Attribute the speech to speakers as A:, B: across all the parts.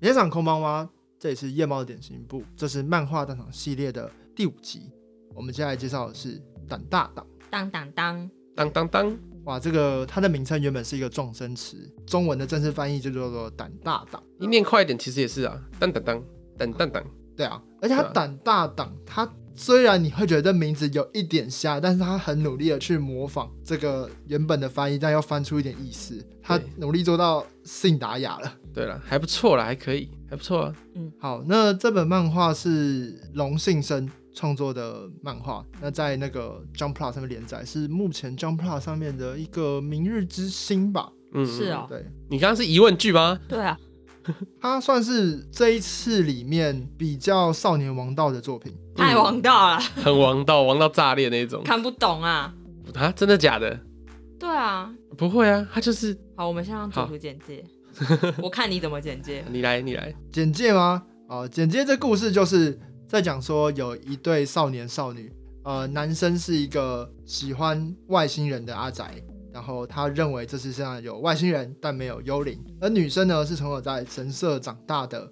A: 野场空帮妈，这里是夜猫点心部，这是漫画大赏系列的第五集。我们接下来介绍的是胆大党。
B: 当当当，
C: 当当当，
B: 嗯
A: 哇，这个它的名称原本是一个撞声词，中文的正式翻译就叫做胆大党。
C: 你念快一点，其实也是啊，当当当，当当当，
A: 对啊，而且它
C: 对啊
A: 胆大党，它虽然你会觉得名字有一点瞎，但是它很努力的去模仿这个原本的翻译，但又翻出一点意思。它
C: 对
A: 努力做到信达雅了。
C: 对了，还不错啦，还可以，还不错啊。
A: 好，那这本漫画是龙信生创作的漫画，那在那个 Jump Plus 上面连载，是目前 Jump Plus 上面的一个明日之星吧？
C: 嗯，
B: 是
C: 啊。
B: 哦，
A: 对，
C: 你刚刚是疑问句吗？
B: 对啊，
A: 它算是这一次里面比较少年王道的作品。
B: 太王道了，
C: 很王道，王到炸裂那一种
B: 看不懂啊。
C: 啊！真的假的？
B: 对啊，
C: 不会啊，他就是
B: 好，我们先让主
C: 好
B: 图简 介，我看你怎么简介。
C: 你来，你来，
A: 简介吗？啊、简介这故事就是在讲说有一对少年少女，呃，男生是一个喜欢外星人的阿宅，然后他认为这世上有外星人，但没有幽灵，而女生呢是从小在神社长大的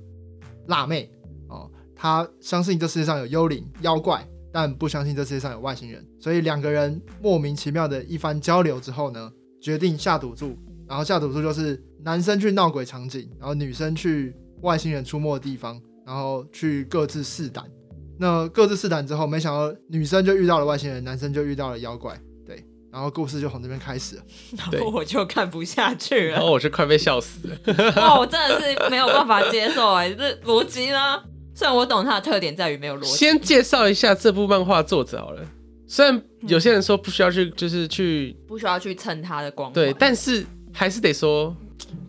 A: 辣妹哦，她相信这世界上有幽灵妖怪。但不相信这世界上有外星人，所以两个人莫名其妙的一番交流之后呢，决定下赌注，然后下赌注就是男生去闹鬼场景，然后女生去外星人出没的地方，然后去各自试胆。那各自试胆之后，没想到女生就遇到了外星人，男生就遇到了妖怪。对，然后故事就从这边开始了。
B: 然
C: 对
B: 后我就看不下去
C: 然
B: 了，
C: 后我就快被笑死了。
B: 哇，我真的是没有办法接受哎、这逻辑呢？虽然我懂它的特点在于没有逻辑，
C: 先介绍一下这部漫画作者好了，虽然
B: 嗯
C: 有些人说不需要去，就是去
B: 不需要去蹭它的光环。
C: 对，但是还是得说，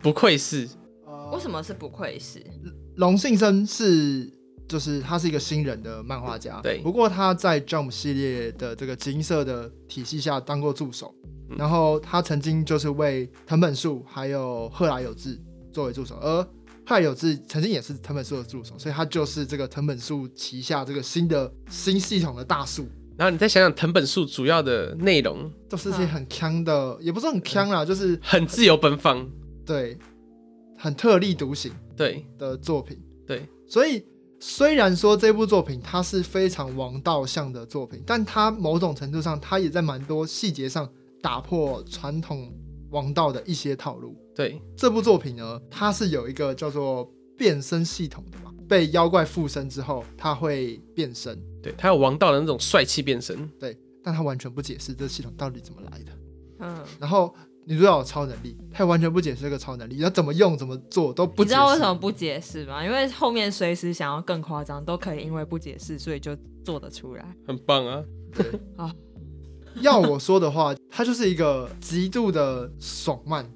C: 不愧是
B: 为什么是不愧是？
A: 龙信生是就是他是一个新人的漫画家，
C: 对
A: 不过他在 Jump 系列的这个金色的体系下当过助手，
C: 嗯
A: 然后他曾经就是为藤本树还有赫来有志作为助手，而赫来有志曾经也是藤本树的助手，所以他就是这个藤本树旗下这个新的新系统的大树。
C: 然后你再想想藤本树主要的内容，
A: 都是一些很强的，也不是很强啦，就是
C: 很自由奔放，
A: 对，很特立独行。
C: 对
A: 的作品。
C: 对，
A: 所以虽然说这部作品它是非常王道向的作品，但它某种程度上，它也在蛮多细节上打破传统王道的一些套路。
C: 对，
A: 这部作品呢，它是有一个叫做变身系统的嘛，被妖怪附身之后，它会变身，
C: 对，他有王道的那种帅气变身，
A: 但它完全不解释这系统到底怎么来的。
B: 嗯，
A: 然后女主角有超能力，她也完全不解释这个超能力，要怎么用、怎么做都不
B: 你
A: 解
B: 知
A: 释。
B: 道为什么不解释吗？因为后面随时想要更夸张，都可以因为不解释，所以就做得出来。
C: 很棒啊！
A: 要我说的话，它就是一个极度的爽漫。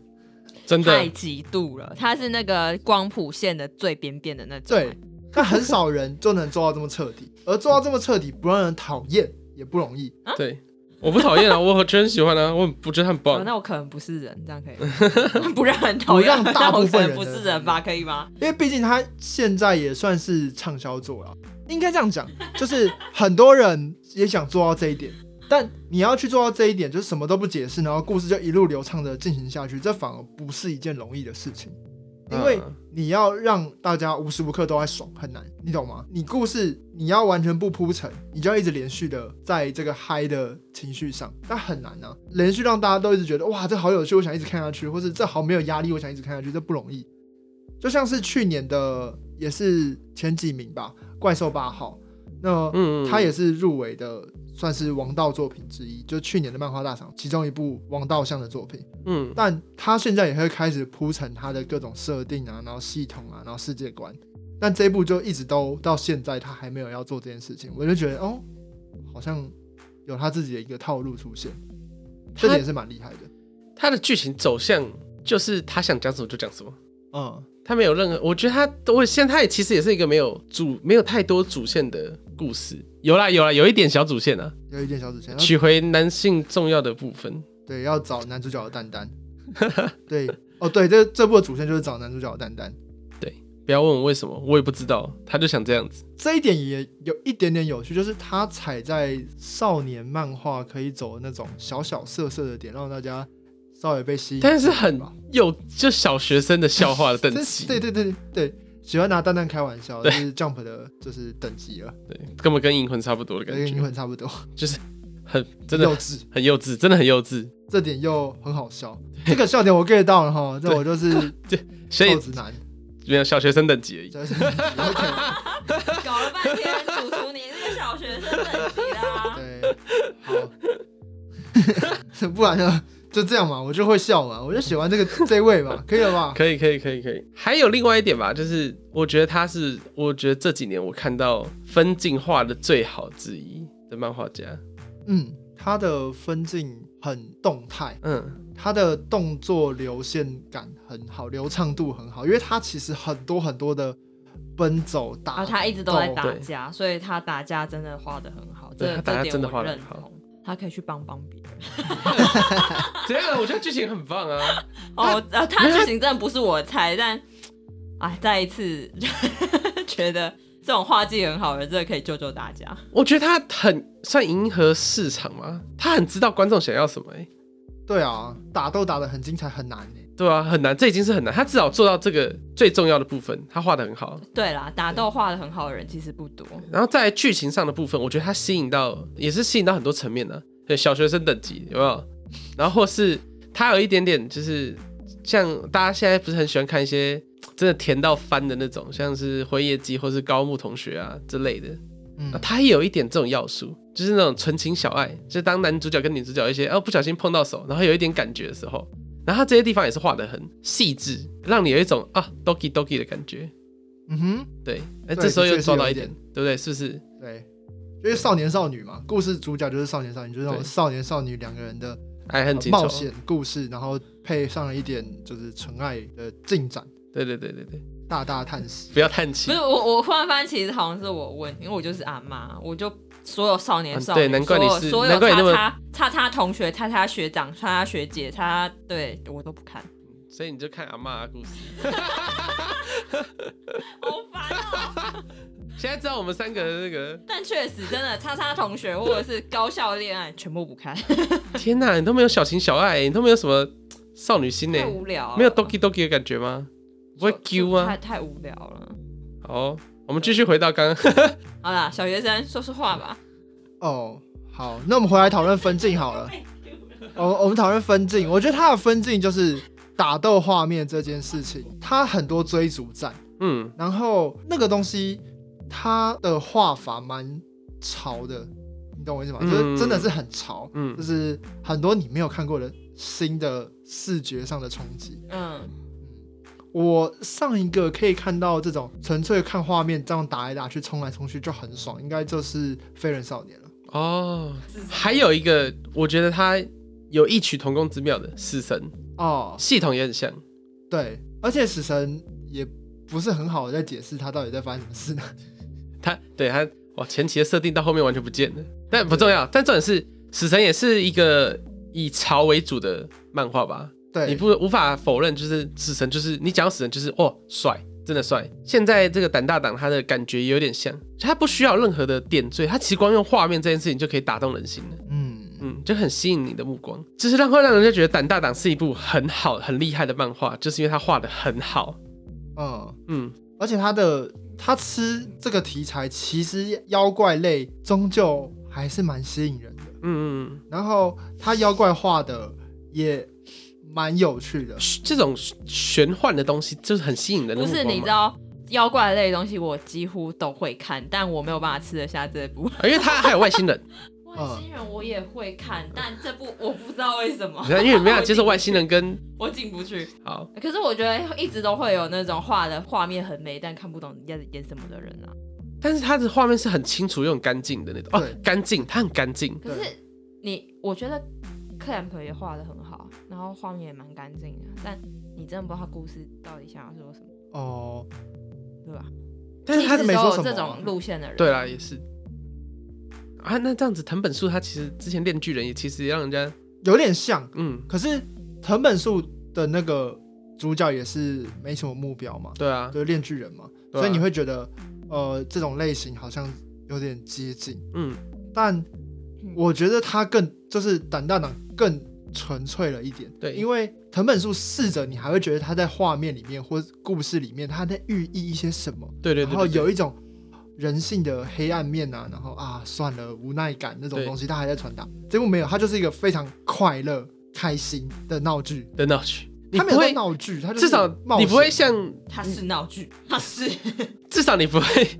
C: 真
B: 太
C: 的，
B: 极度了，它是那个光谱线的最边边的那种。
A: 对，但很少人就能做到这么彻底，而做到这么彻底，不让人讨厌也不容易。
C: 对，我不讨厌啊，我觉得很喜欢啊，我很我觉得很
B: 哦，
C: 棒，
B: 那我可能不是人，这样可以吗不让人讨厌，
A: 不让大部分人
B: 但我可能不是人吧？可以 吗？
A: 因为毕竟它现在也算是畅销作了，应该这样讲，就是很多人也想做到这一点。但你要去做到这一点，就是什么都不解释，然后故事就一路流畅的进行下去，这反而不是一件容易的事情，因为
C: 嗯
A: 你要让大家无时无刻都在爽，很难，你懂吗？你故事你要完全不铺陈，你就要一直连续的在这个嗨的情绪上，那很难啊。连续让大家都一直觉得哇，这好有趣，我想一直看下去，或是这好没有压力，我想一直看下去，这不容易。就像是去年的也是前几名吧，《怪兽八号》，那
C: 嗯，嗯
A: 它也是入围的，算是王道作品之一，就去年的漫画大赏其中一部王道向的作品。
C: 嗯，
A: 但他现在也会开始铺陈他的各种设定啊，然后系统啊，然后世界观。但这一部就一直都到现在，他还没有要做这件事情，我就觉得哦，好像有他自己的一个套路出现，这点是蛮厉害的。
C: 他的剧情走向就是他想讲什么就讲什么。
A: 嗯，
C: 他没有任何，我觉得他，我现在他也其实也是一个没有主、没有太多主线的故事。有啦有啦，有一点小主线啊，
A: 有一点小主线，
C: 取回男性重要的部分。
A: 对，要找男主角的蛋蛋。对，哦对，这这部的主线就是找男主角的蛋蛋，
C: 不要问我为什么，我也不知道，他就想这样子。
A: 这一点也有一点点有趣，就是他踩在少年漫画可以走的那种小小涩涩的点，让大家稍微被吸引。
C: 但是很
A: 吧
C: 幼，就小学生的笑话的等
A: 嗯 这
C: 级。
A: 对对对对，喜欢拿蛋蛋开玩笑，就是 Jump 的就是等级了，
C: 对，根本跟银魂差不多的感
A: 跟灵
C: 觉，
A: 魂差不多，
C: 很真
A: 幼
C: 的
A: 稚，
C: 很幼稚，真的很幼稚。
A: 这点又很好笑，这个笑点我 get 到了 哈，这我就是
C: 所以
A: 臭直男，
C: 没有小学生等级而已。
A: 就是 OK，
B: 搞了半天，主厨你这个小学生等级 啦。
A: 对，好， 不然呢就这样嘛，我就会笑嘛，我就喜欢这个这位嘛，可以了吧？
C: 可以，可以，可以，可以。还有另外一点吧，就是我觉得他是，我觉得这几年我看到分镜画的最好之一的漫画家。
A: 嗯，他的分镜很动态，
C: 嗯，
A: 他的动作流线感很好，流畅度很好，因为他其实很多很多的奔走
B: 然
A: 打
B: 后，啊他一直都在打
C: 对
B: 架，所以他打架真的画的很好，
C: 对
B: 这
C: 他打架
B: 这
C: 真的
B: 点
C: 画
B: 我
C: 得
B: 认
C: 很好
B: 同。他可以去帮帮别人。
C: 这个我觉得剧情很棒啊。
B: 哦，呃，他剧情真的不是我猜，但哎，再一次 觉得这种画技很好的，真的可以救救大家。
C: 我觉得他很算迎合市场嘛，他很知道观众想要什么、欸。
A: 对啊，打斗打得很精彩，很难欸
C: 对啊，很难，这已经是很难。他至少做到这个最重要的部分，他画的很好。
B: 对啦，打斗画的很好的人其实不多。
C: 然后在剧情上的部分，我觉得他吸引到也是吸引到很多层面的、对小学生等级有没有？然后或是他有一点点就是像大家现在不是很喜欢看一些真的甜到翻的那种，像是辉夜姬或是高木同学啊之类的，
A: 嗯
C: 啊，他也有一点这种要素，就是那种纯情小爱，就是当男主角跟女主角一些哦不小心碰到手，然后有一点感觉的时候，然后他这些地方也是画的很细致，让你有一种啊 doki doki 的感觉，
A: 嗯哼，
C: 对，哎，
A: 对
C: 这时候
A: 的确
C: 又
A: 是
C: 抓到
A: 有一
C: 一点，对不对？是不是？
A: 对，因为少年少女嘛，故事主角就是少年少女，就是那种
C: 对
A: 少年少女两个人的
C: 爱恨
A: 呃
C: 情仇
A: 冒，险故事，然后配上了一点就是纯爱的进展，
C: 对对对对对，
A: 大大叹息。
C: 不要叹
B: 不
C: 气
B: 是，我，我忽然发现其实好像是我问，因为我就是阿妈，我就所有少年
C: 嗯
B: 少
C: 对
B: 女，
C: 难怪你是
B: 所有所
C: 难怪你那
B: 有
C: 么
B: 叉叉叉叉同学、叉叉学长、叉叉学姐、叉叉，对我都不看，
C: 所以你就看阿妈的故事。
B: 好烦哦、
C: 现在知道我们三个的那个，
B: 但确实真的，叉叉同学或者是高校恋爱全部不 看，
C: 天哪，你都没有小情小爱、你都没有什么少女心呢、
B: 太无聊了，
C: 没有 doki doki 的感觉吗？不会 Q
B: 太
C: 啊？
B: 太无聊了。
C: 好哦、我们继续回到刚刚，
B: 好啦，小学生说说话吧。
A: 哦，好，那我们回来讨论分镜好了。我我们讨论分镜，我觉得他的分镜就是打斗画面这件事情，他很多追逐战，
C: 嗯，
A: 然后那个东西他的画法蛮潮的，你懂我意思吗？
C: 嗯
A: 就是真的是很潮，
C: 嗯
A: 就是很多你没有看过的新的视觉上的冲击。
B: 嗯，
A: 我上一个可以看到这种纯粹看画面这样打来打去、冲来冲去就很爽，应该就是《飞人少年》了。
C: 哦，还有一个，我觉得它有异曲同工之妙的死神
A: 哦，
C: 系统也很像，
A: 对，而且死神也不是很好的在解释他到底在发生什么事呢。
C: 它对它哇前期的设定到后面完全不见了，但不重要，但重点是死神也是一个以潮为主的漫画吧，
A: 对，
C: 你不无法否认，就是死神，就是你讲到死神，就是哦，帅，真的帅。现在这个胆大党，他的感觉也有点像，他不需要任何的点缀，他其实光用画面这件事情就可以打动人心了，
A: 嗯，
C: 嗯，就很吸引你的目光，就是让会让人家觉得胆大党是一部很好、很厉害的漫画，就是因为他画的很好，
A: 哦、
C: 嗯，
A: 而且他的他吃这个题材，其实妖怪类终究还是蛮吸引人的。
C: 嗯嗯
A: 然后他妖怪画的也蛮有趣的
C: 嗯，，这种玄幻的东西就是很吸引人的
B: 不
C: 目光
B: 是，
C: 嘛
B: 你知，道妖怪类的东西我几乎都会看，但我没有办法吃得下这部。
C: 因为他还有外星 人，
B: 外星人我也会看，但这部我不知道为什么
C: 你，看，因为你没办法接受外星人 跟
B: 我进不去。
C: 好。
B: 可是我觉得一直都会有那种画的画面很美，但看不懂人家在演什么的人啊。
C: 但是它的画面是很清楚又很干净的那种，哦
A: 对，
C: 干净，它很干净，
B: 可是你，我觉得 Clamp 也画的很好，然后画面也蛮干净的，但你真的不知道他故事到底想要说什么，
A: 哦，
B: 对吧？
C: 但是他
A: 是
B: 其
A: 没
B: 实
A: 说
B: 都
A: 什么啊
B: 有这种路线的人，
C: 啊对啦，也是啊。那这样子，藤本树他其实之前练巨人也其实也让人家
A: 有点像，
C: 嗯，
A: 可是藤本树的那个主角也是没什么目标嘛，
C: 对啊，
A: 就是炼巨人嘛，
C: 对啊
A: 所以你会觉得，呃，这种类型好像有点接近，
C: 嗯，
A: 但
B: 嗯
A: 我觉得他更就是胆大党更纯粹了一点。
C: 对
A: 因为藤本树试着你还会觉得他在画面里面或故事里面他在寓意一些什么，
C: 对对对
A: 然后
C: 对对
A: 有一种人性的黑暗面啊，然后啊算了无奈感那种
C: 对
A: 东西，他还在传达。结果没有，他就是一个非常快乐开心的闹剧。
C: 的闹剧，你
A: 他没
C: 不
A: 有在
C: 会
A: 闹剧，他就是
C: 至少
A: 冒
C: 你不会
A: 险
C: 像
B: 它是闹剧，
C: 嗯
B: 它是
C: 至少你不会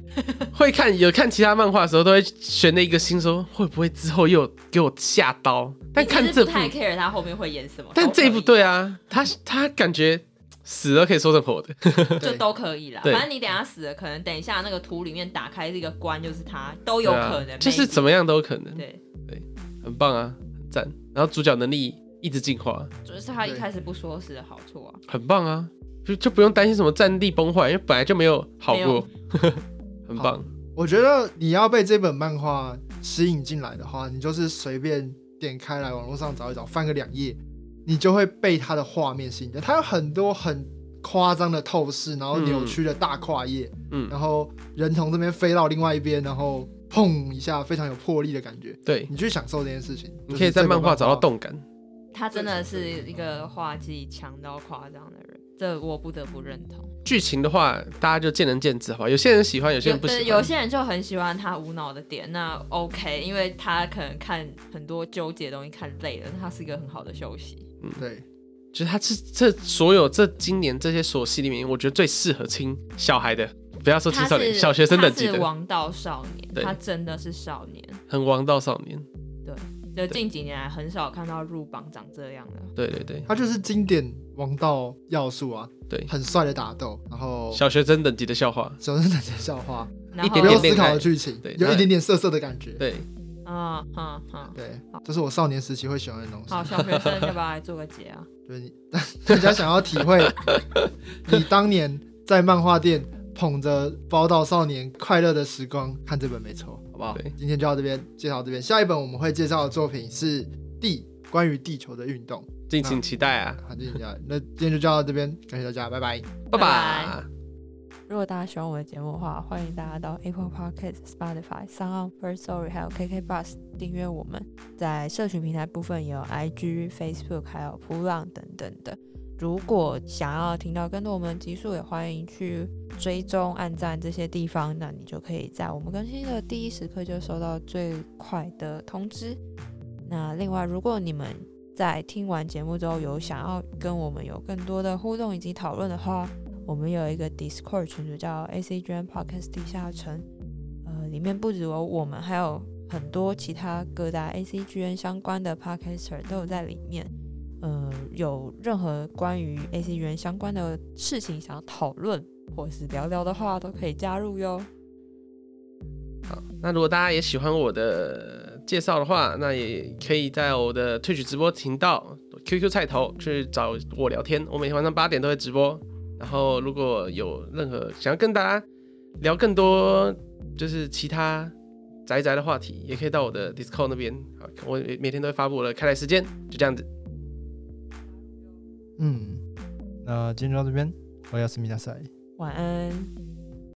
C: 会看有看其他漫画的时候，都会悬着一个心说会不会之后又给我下刀？但看
B: 你只
C: 这
B: 是
C: 部
B: 不，太 care 它后面会演什么，
C: 但
B: 都
C: 这一部
B: 可以
C: 对啊，他他感觉死了可以说成活的，
B: 就
A: 对
B: 都可以啦。
C: 对
B: 反正你等一下死了，可能等一下那个图里面打开这个关就是它，都
C: 对
B: 有可能，
C: 啊、就是怎
B: 么
C: 么样都有可能，
B: 对，
C: 很棒啊，很赞。然后主角能力一直进化，
B: 就是他一
A: 对
B: 开始不说是的好处啊。
C: 很棒啊，就就不用担心什么战力崩坏，因为本来就没有好
B: 没
C: 过
B: 有，
C: 很棒。
A: 我觉得你要被这本漫画吸引进来的话，你就是随便点开来网络上找一找，翻个两页，你就会被它的画面吸引。它有很多很夸张的透视，然后扭曲的大跨页，
C: 嗯
A: 然后人从这边飞到另外一边，然后砰一下，非常有魄力的感觉。
C: 对，
A: 你去享受这件事情，
C: 你可以在漫画找到
A: 动。
C: 动感，
B: 他真的是一个画技强到夸张的人，这我不得不认同。
C: 剧情的话大家就见仁见智，好吧？有些人喜欢，有些
B: 有
C: 人不喜
B: 对
C: 欢。
B: 有些人就很喜欢他无脑的点，那 OK，因为他可能看很多纠结的东西看累了，那他是一个很好的休息。
A: 对，
C: 就是它这这所有这今年这些所系里面，我觉得最适合青小孩的，不要说青
B: 他
C: 少年，
B: 是
C: 小学生等级
B: 他是
C: 的，
B: 王道少年，
C: 对
B: 他真的是少年。
C: 很王道少年。
B: 就近几年来很少看到入榜长这样的。
C: 对对对
A: 它就是经典王道要素啊，
C: 对，
A: 很帅的打斗，然后
C: 小学生等级的笑话。
A: 小生的笑话，
B: 然
C: 一
B: 后
A: 不
C: 点
A: 用
C: 点
A: 思
C: 恋
A: 考
C: 爱
A: 的剧情
C: 对，
A: 有
C: 那
A: 一点点涩涩的感觉。
C: 对，
B: 嗯嗯嗯，
A: 对，这是我少年时期会喜欢的东西。
B: 好，小学生要不要来做个结啊？
A: 就是你 大家想要体会你当年在漫画店捧着宝岛少年快乐的时光，看这本没错，好不好
C: 对？
A: 今天就到这边介绍到这边，下一本我们会介绍的作品是地关于地球的运动。
C: 敬请期待啊！
A: 好，就这样，那今天就教到这边，感谢大家，拜拜。
C: 拜
B: 拜
C: 拜
B: 拜。如果大家喜欢我们的节目的话，欢迎大家到 Apple Podcast、Spotify、s o u n First Story 还有 KK Bus 订阅我们。在社群平台部分也有 IG、Facebook 还有扑浪等等的。如果想要听到更多我们的集数，也欢迎去追踪、按赞这些地方，那你就可以在我们更新的第一时刻就收到最快的通知。那另外，如果你们在听完节目之后有想要跟我们有更多的互动以及讨论的话，我们有一个 Discord 群组叫 ACGN Podcast 地下城，呃，里面不只有我们，还有很多其他各大 ACGN 相关的 Podcaster 都有在里面。呃，有任何关于 ACGN 相关的事情想要讨论或是聊聊的话，都可以加入哟。
C: 好，那如果大家也喜欢我的介绍的话，那也可以在我的 Twitch 直播频道 QQ 菜头去找我聊天。我每天晚上八点都会直播。然后如果有任何想要跟大家聊更多，就是其他宅宅的话题，也可以到我的 Discord 那边。好，我每天都会发布我的开台时间，就这样子。
A: 嗯，那今天就到这边，我要思密达赛。
B: 晚安。